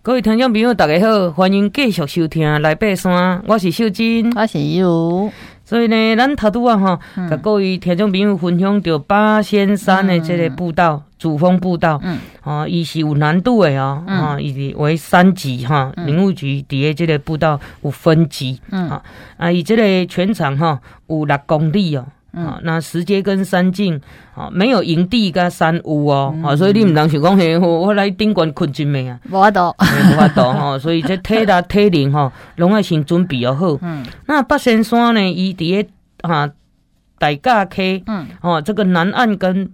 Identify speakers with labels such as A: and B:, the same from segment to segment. A: 各位听众朋友，大家好，欢迎继续收听《来爬山》，我是秀珍。
B: 我是有，
A: 所以呢，咱头拄啊吼，
B: 嗯
A: 甲各位听众朋友分享着八仙山的这个步道，主峰步道，
B: 嗯
A: 哦，伊是有难度的哦，
B: 嗯
A: 哦，伊是为三级哈，林务局伫诶这个步道有分级，
B: 嗯
A: 啊，啊，伊这个全长哈有六公里哦。
B: 嗯
A: 啊，那石阶跟山径，啊，没有营地跟山屋哦，
B: 嗯
A: 啊，所以你毋通想讲嘿，我我来顶悬困一暝啊，
B: 无法度，
A: 嘿无法度 吼，所以这体力体能吼，拢要先准备要好。
B: 嗯
A: 那八仙山呢，伊伫咧啊大架溪
B: 嗯
A: 哦，这个南岸跟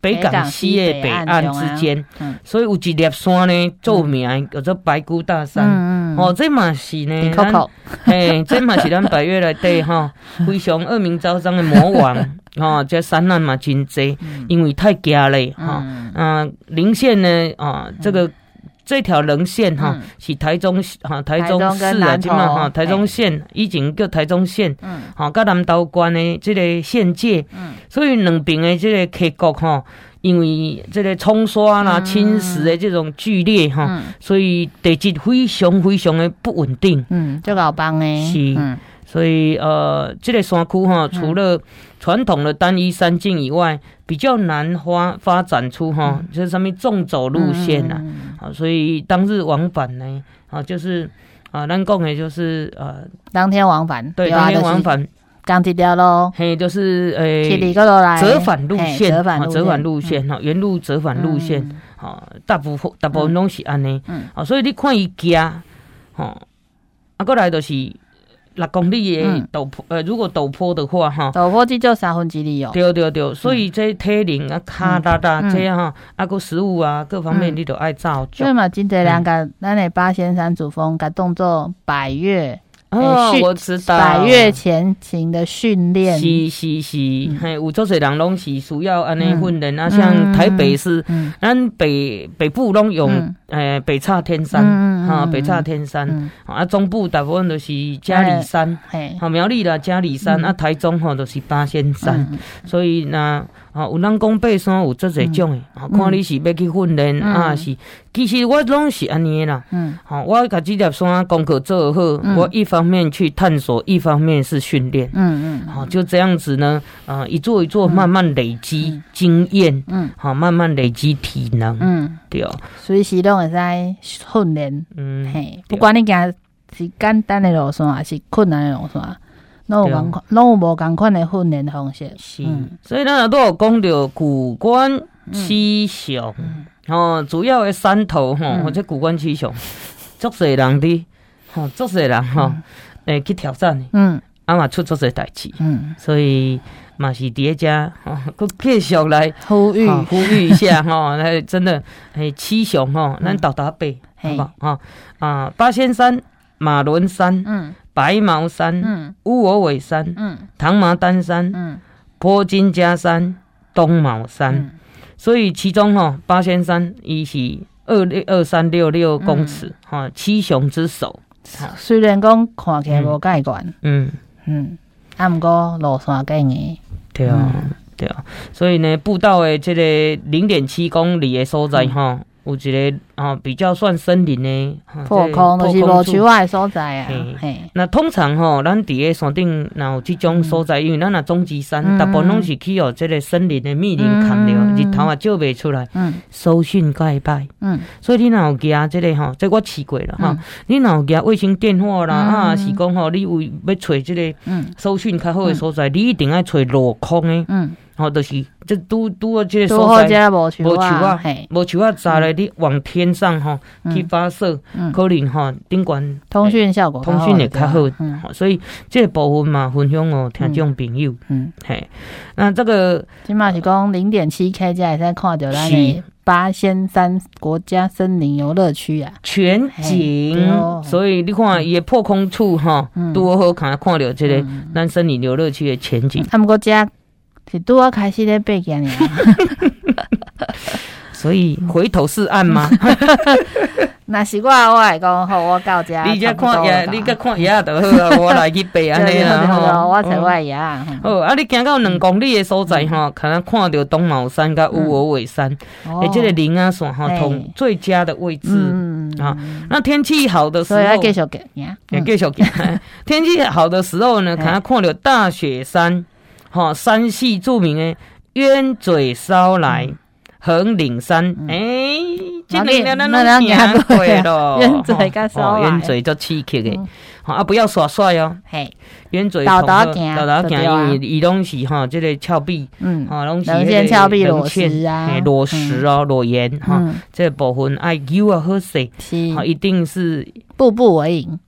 A: 北港西的北岸嗯之间，
B: 嗯
A: 所以有一粒山呢，著名叫做白姑大山。
B: 嗯
A: 哦，这嘛是呢，咱
B: ，Coco，
A: 嘿，这嘛是咱百越内底 吼，非常恶名昭彰的魔王哦，这山难嘛真多，因为太惊嘞哈。
B: 嗯
A: 嗯、稜线呢，啊，这个。这条棱线哈、
B: 嗯
A: 是台中哈、台中
B: 台中
A: 市
B: 跟
A: 啊，
B: 南
A: 即
B: 投
A: 嘛哈台
B: 嘿
A: 中县以前叫台中县，
B: 嗯
A: 吼、甲南投县的即个县界，
B: 嗯
A: 所以两边的即个溪谷吼、因为即个冲刷啦、
B: 嗯
A: 侵蚀的这种剧烈吼、
B: 嗯
A: 所以地质非常非常的不稳定。
B: 嗯，就老帮诶，
A: 是
B: 嗯
A: 所以呃，这个山区吼、除了传统的单一山径以外，比较难发发展出吼、就是什么纵走路线啊。
B: 嗯
A: 啊，所以当日往返呢，啊，就是啊，咱讲的就是呃，
B: 当天往返，
A: 对，当天往
B: 啊就是
A: 返，
B: 刚一条咯，
A: 嘿，就是
B: 去
A: 诶
B: 里，个落来，
A: 折返路
B: 嘿
A: 线，
B: 折返
A: 啊
B: 路
A: 折返
B: 线，
A: 路线哈，原路折返路线，
B: 嗯，
A: 啊，大部分大部分拢是安尼
B: 嗯，
A: 啊，所以你看伊行，吼，啊，过来就是六公里的
B: 嗯
A: 陡坡，呃，如果陡坡的话哈。
B: 豆腐至少三分之二哦，
A: 对对对，所以这体能啊、卡哒哒
B: 嗯
A: 这样哈，啊个食物啊各方面
B: 嗯
A: 你都爱照足
B: 所以。嘛，真侪人甲咱的八仙山主峰甲动作百越
A: 哦，
B: 训
A: 我知道。
B: 嗯百越前行的训练，
A: 是是是，嘿、有足侪人拢是需要安尼
B: 嗯
A: 训练啊，像台北市，
B: 嗯
A: 咱北北部拢用诶
B: 嗯、
A: 北岔天山，哈、
B: 嗯嗯嗯嗯
A: 北岔天山、
B: 嗯，哎
A: 啊，中部大部分都是嘉里山，
B: 嘿，
A: 啊，苗栗啦嘉里山，啊，台中吼、都是八仙山，
B: 嗯
A: 所以呐，啊，有人讲爬山有足侪种诶，啊，看你是要去训练、
B: 嗯
A: 啊，是，其实我拢是安尼的啦。
B: 嗯
A: 好、我甲这条山功课做好，
B: 嗯
A: 我一方面去探索，一方面是训练。
B: 嗯嗯
A: 好，就这样子呢，呃，一座一座慢慢累积经验，
B: 嗯
A: 好，慢慢累积体能，
B: 嗯，
A: 对哦，
B: 随时拢会使训练，
A: 嗯，
B: 嘿，不管你行是简单的路线还是困难的路线，
A: 啊
B: 拢有共款，拢有无共款的训练方式。
A: 是
B: 嗯，
A: 所以咱都有讲到古关七雄，哦，主要的山头吼，
B: 嗯
A: 或者古关七雄，足侪人的，吼，足侪人吼，诶，去挑战的，
B: 嗯
A: 啊嘛出足侪代志，
B: 嗯，
A: 所以嘛是伫一家，吼，佮继续来。
B: 呼吁，
A: 好呼吁一下哈， 那真的，哎，七雄哈，
B: 嗯
A: 咱倒打背，好
B: 嘿
A: 不好？啊啊，八仙山、马伦山、
B: 哎嗯
A: 白毛山、
B: 嗯
A: 乌鹅尾山、
B: 嗯
A: 唐麻丹山、
B: 嗯
A: 坡金家山、东卯山
B: 嗯，
A: 所以其中哈，八仙山伊是二六二三六六公
B: 嗯
A: 尺哈，七雄之首，
B: 虽然讲看起来无介悬，
A: 嗯，
B: 嗯，啊，毋过路线介硬，
A: 对啊，
B: 嗯
A: 对啊，所以呢，步道的这个零点七公里的所在
B: 嗯
A: 哈。有一个啊，比较算森林的啊
B: 破
A: 这个
B: 空就是
A: 破
B: 无
A: 处
B: 树仔的所在啊
A: 嘿，
B: 嘿，
A: 那通常吼、咱伫个山顶若有即种所在，因为咱若终极山，
B: 嗯
A: 大部分拢是去哦，即个森林的密林砍掉，
B: 嗯
A: 日头也照袂出来，
B: 嗯
A: 收讯盖拜。
B: 嗯
A: 所以你若有行即、个吼，即、我试过啦吼、
B: 嗯
A: 你若有行卫星电话啦，
B: 嗯
A: 啊是讲吼，你有要找即个
B: 嗯
A: 收讯较好的所在，你一定爱找落空的，
B: 嗯，
A: 吼、就是即拄拄好即个
B: 拄
A: 所
B: 好
A: 在。
B: 遮无树
A: 无树
B: 仔，
A: 啊
B: 嘿，
A: 无树啊，扎咧，你往天上吼、去
B: 嗯
A: 发射，
B: 嗯，
A: 可能吼顶悬
B: 通讯效果较好，
A: 通讯会较好
B: 对吧嗯
A: 好所以这部分嘛，分享哦，听众朋友，
B: 嗯。
A: 嘿，那这个
B: 即嘛是讲零点七 K 才会使看到咱的八仙山国家森林游乐区啊。
A: 全
B: 嘿
A: 景
B: 对哦，
A: 所以你看伊的破空处哈，
B: 嗯
A: 拄好看看到这个
B: 嗯
A: 咱森林游乐区的前景，
B: 啊，毋过遮是拄啊开始咧爬行啊尔，
A: 所以回头是岸嘛，
B: 嗯若是我我会讲好，我到遮。
A: 你再
B: 差不多
A: 看
B: 了
A: 也，
B: 吧
A: 你再看也就好啊，我来去爬安尼
B: 对
A: 啦
B: 对对对
A: 吼。
B: 我嗯找我
A: 哦
B: 的爷啊。嗯
A: 好啊！你行到两公里的所在吼，可能看到东卯山甲乌鹅尾山，诶，这个
B: 嗯哦
A: 林啊线吼，
B: 嘿
A: 同最佳的位置
B: 嗯嗯嗯
A: 啊那天气好的时
B: 所以要继
A: 候，
B: 续行。
A: 也
B: 嗯哎
A: 继续 行天气好的时候呢，
B: 嘿
A: 可能看到大雪山，吼、山系著名的鸢嘴烧来。
B: 嗯
A: 横岭山，诶，这两个咱
B: 咱
A: 拢
B: 行
A: 行
B: 过
A: 过
B: 啊
A: 咯。
B: 鸢嘴甲烧
A: 哦
B: 来
A: 鸢嘴足刺激的
B: 嗯，
A: 吼啊，不要耍帅哦。
B: 嘿，
A: 鸢嘴
B: 豆豆
A: 从这
B: 行
A: 豆豆
B: 就对啊
A: 行，伊伊拢是吼，这个峭壁，
B: 嗯，
A: 吼，拢是
B: 冷
A: 那
B: 箭
A: 个
B: 峭壁
A: 冷
B: 裸
A: 箭
B: 石啊
A: 嘿，裸石哦，裸岩哈，
B: 嗯，
A: 这部分爱揪啊好势，
B: 是
A: 吼，一定是
B: 步步为营。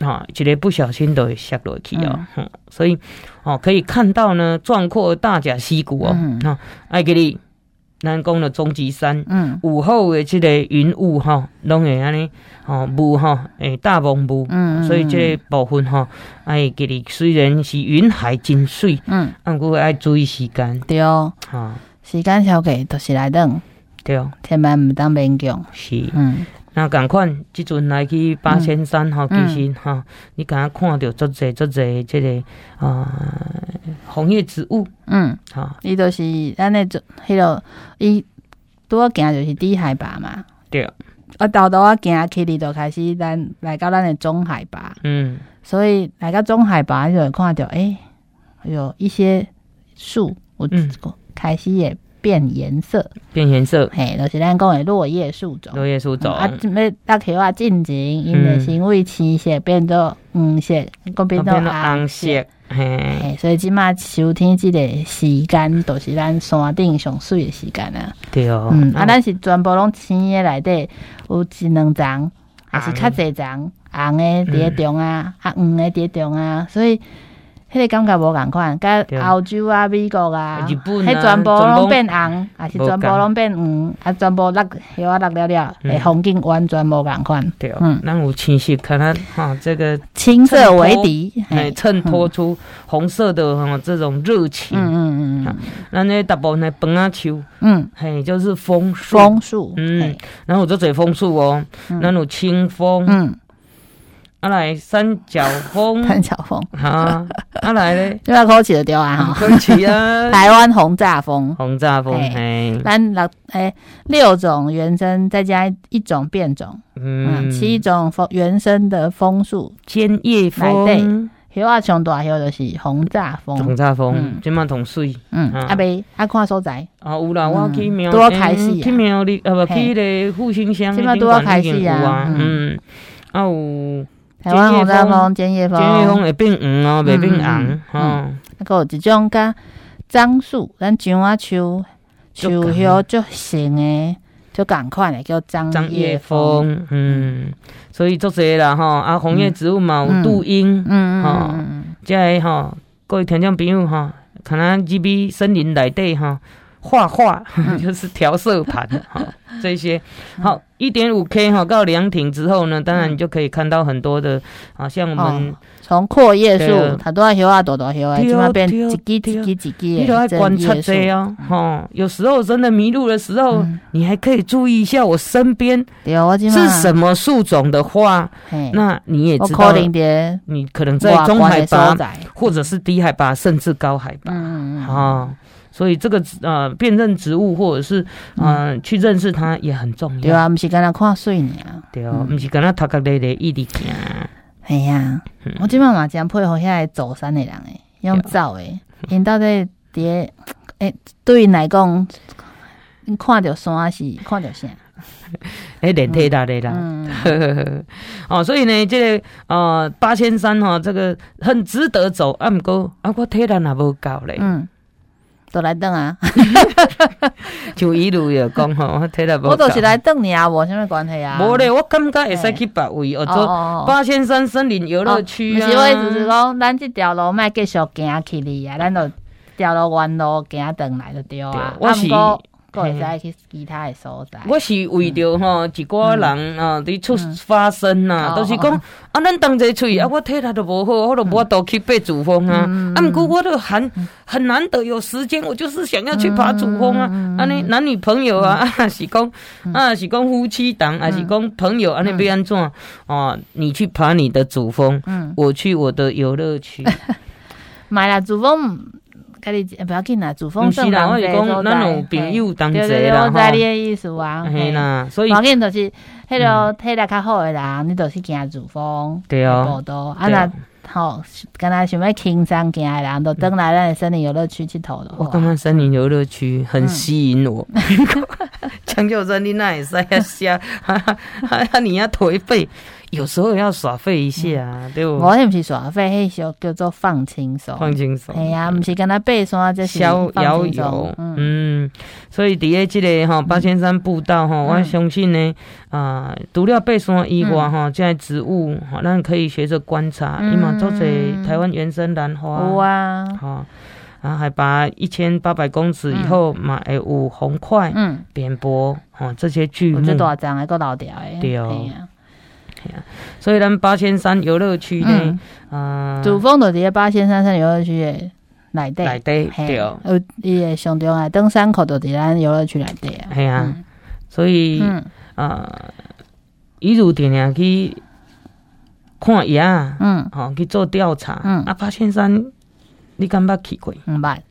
A: 哈，一个不小心都会摔落去哦
B: 嗯。
A: 嗯所以哦，可以看到呢，壮阔的大甲溪谷哦
B: 嗯，
A: 哈，爱给你南宫的终极山。
B: 嗯
A: 午后的这个云雾哈，拢会安尼吼雾哈，诶大蒙雾，
B: 嗯，
A: 哦所以这个部分吼，爱给你虽然是云海真水，
B: 嗯，
A: 啊，不过爱注意时间
B: 对，哦
A: 哈、
B: 时间消给就是来等，
A: 对哦，
B: 千万毋当勉强。
A: 是。
B: 嗯，
A: 那共款，即阵来去八仙山吼，
B: 嗯
A: 其实哈，你敢看到足侪足侪即个啊红叶植物
B: 嗯，
A: 哈，
B: 伊就是咱诶，迄落伊拄好行就是低海拔嘛。
A: 对，
B: 啊，豆豆啊行起哩，就开始咱来到咱的中海拔，
A: 嗯，
B: 所以来到中海拔你就会看到，诶、有一些树，有
A: 嗯
B: 开始会变颜色，
A: 变颜色，
B: 嘿，就是咱讲的落叶树种。
A: 落叶树
B: 嗯
A: 种，
B: 啊，即要搭桥啊，进前因
A: 嗯
B: 的因为青色变做黄色，佮变做
A: 啊
B: 红
A: 红
B: 色。
A: 色，嘿，
B: 哎嘿，所以即马秋天即个时间，就是咱山顶上水的时间啊。
A: 对哦，
B: 嗯，啊，咱是全部拢青的内底有一两丛，还是
A: 红的
B: 较侪丛，红的伫咧中
A: 嗯
B: 啊，啊黄的伫咧中啊，所以迄个感觉无共款，甲
A: 对
B: 澳洲啊、美国啊，
A: 日本啊
B: 迄全部
A: 全部
B: 拢变红，还是
A: 无
B: 全部
A: 同
B: 拢变黄，啊，全部落叶啊落了了，
A: 嗯
B: 诶，风景完全无共款，
A: 对哦
B: 嗯，
A: 咱有青色，看咱哈这个
B: 青色为敌，
A: 哎
B: 嘿嗯
A: 衬托出红色的哈这种热情，
B: 嗯嗯嗯嗯
A: 咱这大部分的盆啊树，
B: 嗯，
A: 嘿，就是枫树，
B: 枫树，
A: 嗯
B: 嘿
A: 然后有做侪枫树哦，咱有清风，
B: 嗯，
A: 啊来三角风，
B: 潘晓枫，
A: 哈，啊来咧，
B: 你要考起就对啊哈，
A: 科奇 啊，
B: 台湾红炸枫。
A: 轰炸风，
B: 嘿
A: 嘿，
B: 咱六诶、六种原生，再加一种变种，嗯，七种风原生的枫树，
A: 尖叶
B: 来对
A: 风，
B: 叶啊上大叶就是红炸枫
A: 轰，炸风
B: 嗯，
A: 即嘛同水。
B: 嗯，
A: 啊
B: 啊袂啊看所在，
A: 啊，有啦，
B: 嗯
A: 我去庙，
B: 多开始啊
A: 嗯去庙里，啊不，去
B: 嘿
A: 那个复兴乡
B: 这
A: 那
B: 嘛
A: 边
B: 多开
A: 馆已
B: 始啊
A: 经有啊，
B: 嗯
A: 嗯，啊有
B: 台湾红
A: 尖
B: 炸
A: 叶
B: 枫、
A: 枫
B: 尖叶枫，
A: 尖叶风会变黄哦，袂变红
B: 嗯，
A: 吼，
B: 啊，还有一种甲樟树，咱樟啊树树叶足型诶，足共款诶，叫
A: 张
B: 樟
A: 叶
B: 叶枫，
A: 风，嗯，所以足侪啦吼，啊，红叶植物嘛有
B: 嗯
A: 杜英，
B: 嗯嗯
A: 哦
B: 嗯嗯
A: 即个吼，各位听众朋友吼，可能入去森林内底吼，画画
B: 嗯
A: 就是调色盘哈、 这些。好，一点五 K 哈到凉亭之后呢，当然你就可以看到很多的，好、像我
B: 嗯，
A: 们
B: 哦，从阔叶
A: 对啊
B: 树，它都要叶啊大大叶啊，
A: 对啊
B: 即嘛变
A: 对啊
B: 一支一
A: 对啊
B: 支一支
A: 你
B: 诶
A: 都要观
B: 针
A: 察
B: 叶树。
A: 这哦，吼、有时候真的迷路的时候，
B: 嗯
A: 你还可以注意一下我身边
B: 对，哦我即
A: 是什么树种的话，
B: 嘿
A: 那你也
B: 嗯我
A: 知道
B: 可，能伫
A: 你可能在中海拔
B: 所在，
A: 或者是低海拔，甚至高海拔。
B: 嗯嗯嗯，
A: 啊，所以这个呃，辨认植物或者是呃，去认识它也很重要。
B: 嗯对，啊，毋是干那看水尔，
A: 对
B: 嗯
A: 哦，不是跟他头壳咧咧一直行，
B: 系啊
A: 嗯，啊
B: 我即摆嘛真佩服遐个走山的人诶，用走诶，因到底伫诶，欸对因来讲，因看着山是看着啥？
A: 哎，连体大的啦。
B: 嗯，
A: 哦，所以呢，这个呃，八仙山哈、这个很值得走。啊，毋过啊，我体力也无够咧，
B: 嗯，都来等啊，
A: 像一路有讲 吼，我体力无够。
B: 我都是来等你啊，无啥物关系啊。
A: 无咧，我感觉会使去别位，
B: 哦，
A: 或
B: 哦
A: 者
B: 哦哦。
A: 八仙山森林游乐区
B: 不
A: 啊。
B: 是我意思是讲，咱即条路莫继续行去哩啊，咱就条路原路行转来就对
A: 对
B: 啊。
A: 我是
B: 啊，毋过佫会使去其他的所在。
A: 我是为
B: 嗯
A: 着吼一个人啊，伫出发声呐，
B: 哦嗯
A: 都是讲啊，咱同齐喙啊，我体力都无好，我都无法度去爬主峰啊。啊，毋过我都很
B: 嗯
A: 很难得有时间，我就是想要去爬主峰啊。
B: 嗯
A: 安尼男女朋友 啊，啊是讲啊是讲夫妻档，
B: 嗯
A: 啊是讲朋友，安尼要安怎哦？你去爬你的主峰，
B: 嗯，
A: 我去我的游乐区。
B: 买啦，主峰家己不要紧啦，主
A: 毋
B: 峰
A: 是
B: 正
A: 啦，
B: 人
A: 我哦是讲，咱有朋友同齐啦，
B: 我知你的意思啊，
A: 嘿啦，所
B: 嘿，
A: 以
B: 要紧就是迄个体力较好的人，你就是行主峰，
A: 对哦
B: 报道啊
A: 对
B: 若吼，敢若想要轻松行的人，就等来咱的森林游乐区佚佗的
A: 我感
B: 话，
A: 觉森林游乐区很吸引我。抢救生你那也塞啊下，还还你要颓废，有时候要耍废一下啊，对不？
B: 我迄毋是耍费，迄小叫做放轻松。
A: 放轻松。
B: 哎呀，毋是敢若爬山，这是
A: 逍遥
B: 放轻松
A: 游，
B: 嗯，
A: 嗯，所以伫诶即个吼八仙山步道吼，我
B: 嗯
A: 相信呢，啊，除了爬山以外吼，即个植物吼，咱可以学着观察，
B: 嗯
A: 伊嘛做者台湾原生兰
B: 有
A: 花，
B: 啊，
A: 吼，啊，海拔一千八百公尺以后嘛，会有红块、
B: 嗯，
A: 扁柏吼哦这些巨
B: 有哦这
A: 木，
B: 大张还够老掉诶，
A: 对哦
B: 嘿啊
A: 所以咱八仙山游乐区呢
B: 嗯，
A: 啊，
B: 主峰就伫咧八仙山山游乐区诶内底，
A: 内底
B: 嘿
A: 对，哦
B: 有伊诶上中诶登山口就伫咱游乐区内底啊。
A: 系啊，
B: 嗯
A: 所以。
B: 嗯
A: 啊，伊如定定去看爷啊，
B: 嗯，
A: 吼、去做调查。
B: 嗯
A: 啊，八仙山，你敢捌去 过？
B: 毋捌，
A: 慢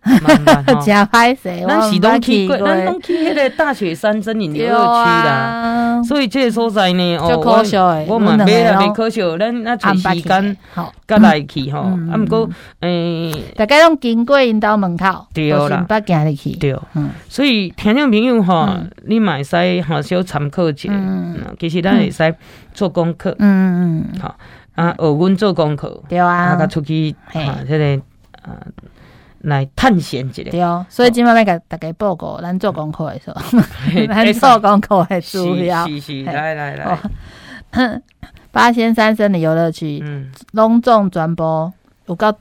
A: 慢啊吼
B: 真歹势，
A: 咱
B: 我
A: 是
B: 毋
A: 拢
B: 捌
A: 去过，
B: 过
A: 咱拢去迄个大雪山森林游乐
B: 对
A: 区啦。
B: 啊
A: 所以这个所在呢，哦，
B: 足可惜
A: 我
B: 诶，
A: 我嘛买
B: 阮
A: 啦，袂
B: 两个拢
A: 可惜，咱那找
B: 啊毋捌
A: 时
B: 去
A: 间
B: 好，
A: 甲来去吼。
B: 嗯
A: 啊，毋过，诶、
B: 大概拢经过因兜门口，
A: 对
B: 就是
A: 啦
B: 毋捌行入去，
A: 对，
B: 嗯
A: 所以听众朋友吼，
B: 嗯
A: 你嘛会使吼小参考一下。
B: 嗯
A: 嗯其实咱会使做功课、
B: 嗯嗯，
A: 啊，学阮做功课。
B: 对
A: 啊，
B: 啊
A: 甲，出去
B: 嘿
A: 啊，这个啊来探险一 下，
B: 对，哦所以今麦要甲大家报告，咱做功课诶时候，
A: 嘿
B: 咱做功课诶需要。
A: 是是是，
B: 嘿
A: 来来来
B: 哦，八仙山森林游乐区
A: 嗯，
B: 隆重转播，有够，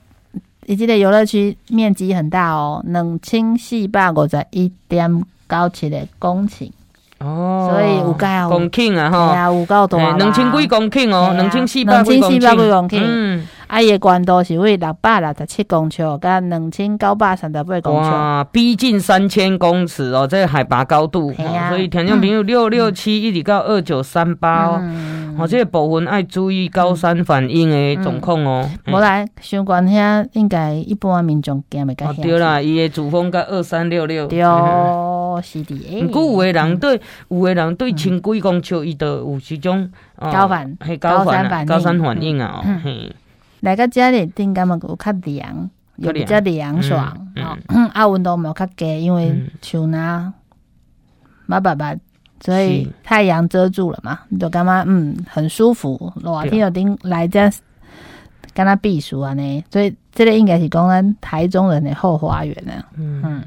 B: 伊即个游乐区面积很大哦，两千四百五十一点九七个公顷，
A: 哦，
B: 所以有够啊有
A: 公顷啊
B: 哎
A: 吼，
B: 呀，有够大
A: 嘿
B: 啦
A: 两千几公顷哦，
B: 嘿啊
A: 两千四百
B: 两千四百几公顷
A: 嗯，
B: 啊，伊的宽度是为六百六十七公尺，甲两千九百三十八公尺，
A: 哇，逼近三千公尺哦，这海拔高度，
B: 嘿啊
A: 哦所以听众朋友六六七一直到二九三八哦。
B: 嗯
A: 哦，这个部分爱注意高山反应的状况哦。
B: 嗯无来，相关遐应该一般民众惊袂
A: 哦
B: 甲，
A: 对，啦，伊的主峰甲二三六六。
B: 对
A: 嗯，
B: 是的。嗯
A: 毋过有诶人对，有诶人对千几公尺，伊都有一种哦
B: 高反
A: 嘿，高反
B: 高山反
A: 啊，
B: 应
A: 高山反应啊，哦
B: 嗯
A: 嘿，
B: 来到遮里顶感觉有较凉，有比较凉爽，
A: 嗯
B: 吼、啊温度无较低，因为
A: 嗯
B: 树呐，嘛白白，所以
A: 是
B: 太阳遮住了嘛，你就感觉嗯很舒服。热天
A: 对
B: 有顶来遮，敢若避暑安尼，所以这个应该是讲咱台中人的后花园啊。
A: 嗯，
B: 嗯，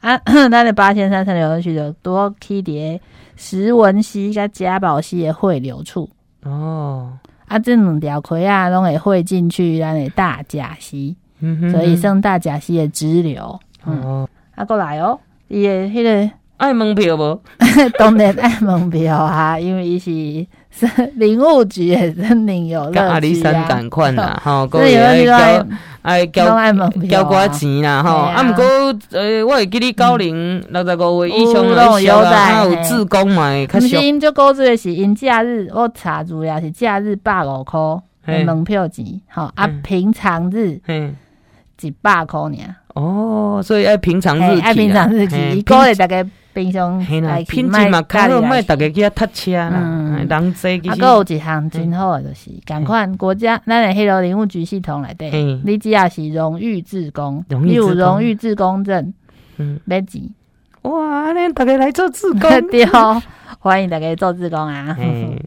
B: 啊，咱的八仙山城流去就多起伫石文溪甲嘉宝溪的汇流处。
A: 哦，
B: 啊，这两条溪啊，拢会汇进去咱的大甲溪，
A: 嗯哼
B: 所以算大甲溪的支流。嗯
A: 哦，
B: 啊，过来哦，伊的迄、
A: 爱门票无？
B: 个当然爱门票啊，因为伊是是林务局的森林游
A: 甲阿
B: 乐
A: 里
B: 区
A: 山
B: 啊，
A: 共款啦，吼，各
B: 所以
A: 位
B: 游乐
A: 爱
B: 区都爱
A: 交爱交
B: 拢爱门票
A: 交
B: 啊
A: 寡。钱啦，吼，
B: 嘿啊
A: 啊，毋过呃，我会记你高龄六十五岁以上
B: 有
A: 人
B: 拢有
A: 少啦，
B: 在
A: 啊，有
B: 嘿
A: 志工嘛，会较
B: 毋是
A: 俗，
B: 因就古锥的是因假日，我查资料是假日百五箍
A: 嘿
B: 的门票钱，吼啊
A: 嗯，
B: 平常日
A: 嘿，
B: 一百箍尔，
A: 哦，所以爱平常日去
B: 嘿
A: 啦，
B: 啊，平常日去，
A: 嘿
B: 伊鼓励大家平常
A: 嘿啦
B: 来，去
A: 品质嘛，
B: 假
A: 较
B: 日
A: 好，
B: 来
A: 莫
B: 去
A: 逐个去遐塞车啦
B: 嗯，
A: 哎人济其
B: 啊，
A: 实
B: 搁，有一项真好诶，就是共款国家咱诶迄个林务局系统内底，
A: 嘿
B: 你只要是荣誉志工，
A: 荣誉
B: 你有
A: 志工
B: 荣誉志工证，
A: 嗯，
B: 要 钱，
A: 哇，安尼逐个来做志工，
B: 对哦，欢迎大家做志工啊，
A: 嘿，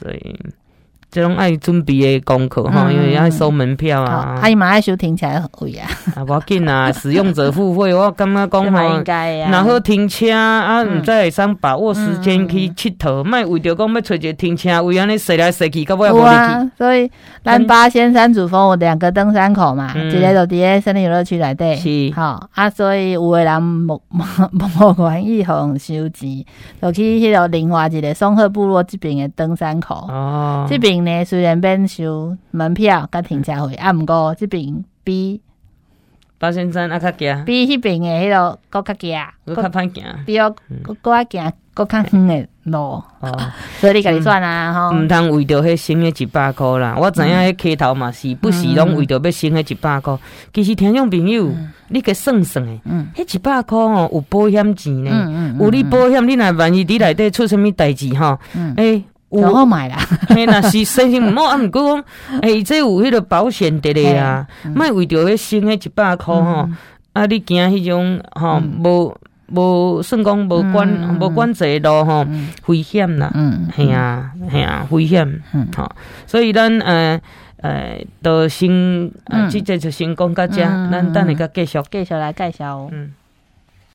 A: 所以这种爱准备的功课吼，
B: 嗯
A: 因为爱收门票
B: 好，
A: 啊
B: 啊，，伊嘛爱收停车位啊，
A: 啊，无要紧 啊，使用者付费，我感觉
B: 这
A: 讲哦
B: 嘛应
A: 吼。
B: 该啊，
A: 然后停车啊，
B: 嗯
A: 毋知会当把握时间
B: 嗯
A: 去佚佗，莫为着讲要找一个停车位安尼踅来踅去，到尾也
B: 有
A: 无入去。
B: 啊，所以咱八仙山主峰有两个登山口嘛，
A: 嗯
B: 一个就伫咧森林游乐区内底，
A: 是
B: 吼啊，所以有的人无无无愿意互收钱，就去迄个另外一个松鹤部落即边的登山口。
A: 哦，
B: 即边呢虽然免收门票甲停车费，啊，毋过即边比
A: 八仙山啊较惊，
B: 比迄边的迄落搁较
A: 我
B: 惊，
A: 较
B: 搁
A: 歹行。
B: 比较搁搁较惊搁较远的路，
A: 哦，
B: 所以你家己选啊吼。
A: 毋通为着迄省迄一百箍啦，我知影迄溪头嘛是，不是拢为着要省迄一百箍。其实听众朋友，你给算算诶，
B: 嗯
A: 迄一百箍吼有保险钱呢，
B: 嗯
A: 有你保险，你若万一你内底出什物代志吼，
B: 嗯，
A: 诶，
B: 然
A: 有
B: 后买啦，
A: 嘿，若是生性毋好，啊，毋过讲，诶、这有迄个保险伫咧啊，
B: 嗯
A: 莫为着迄省迄一百箍哦吼，啊，你惊迄种吼
B: 嗯
A: 无无算讲无管无管制的路吼，危险啦，
B: 嗯，
A: 系啊系啊，危险
B: 嗯，
A: 吼，所以咱呃呃，都先，呃，即个就先讲到遮，
B: 嗯嗯
A: 咱等下甲继续，
B: 继续来介绍。
A: 嗯。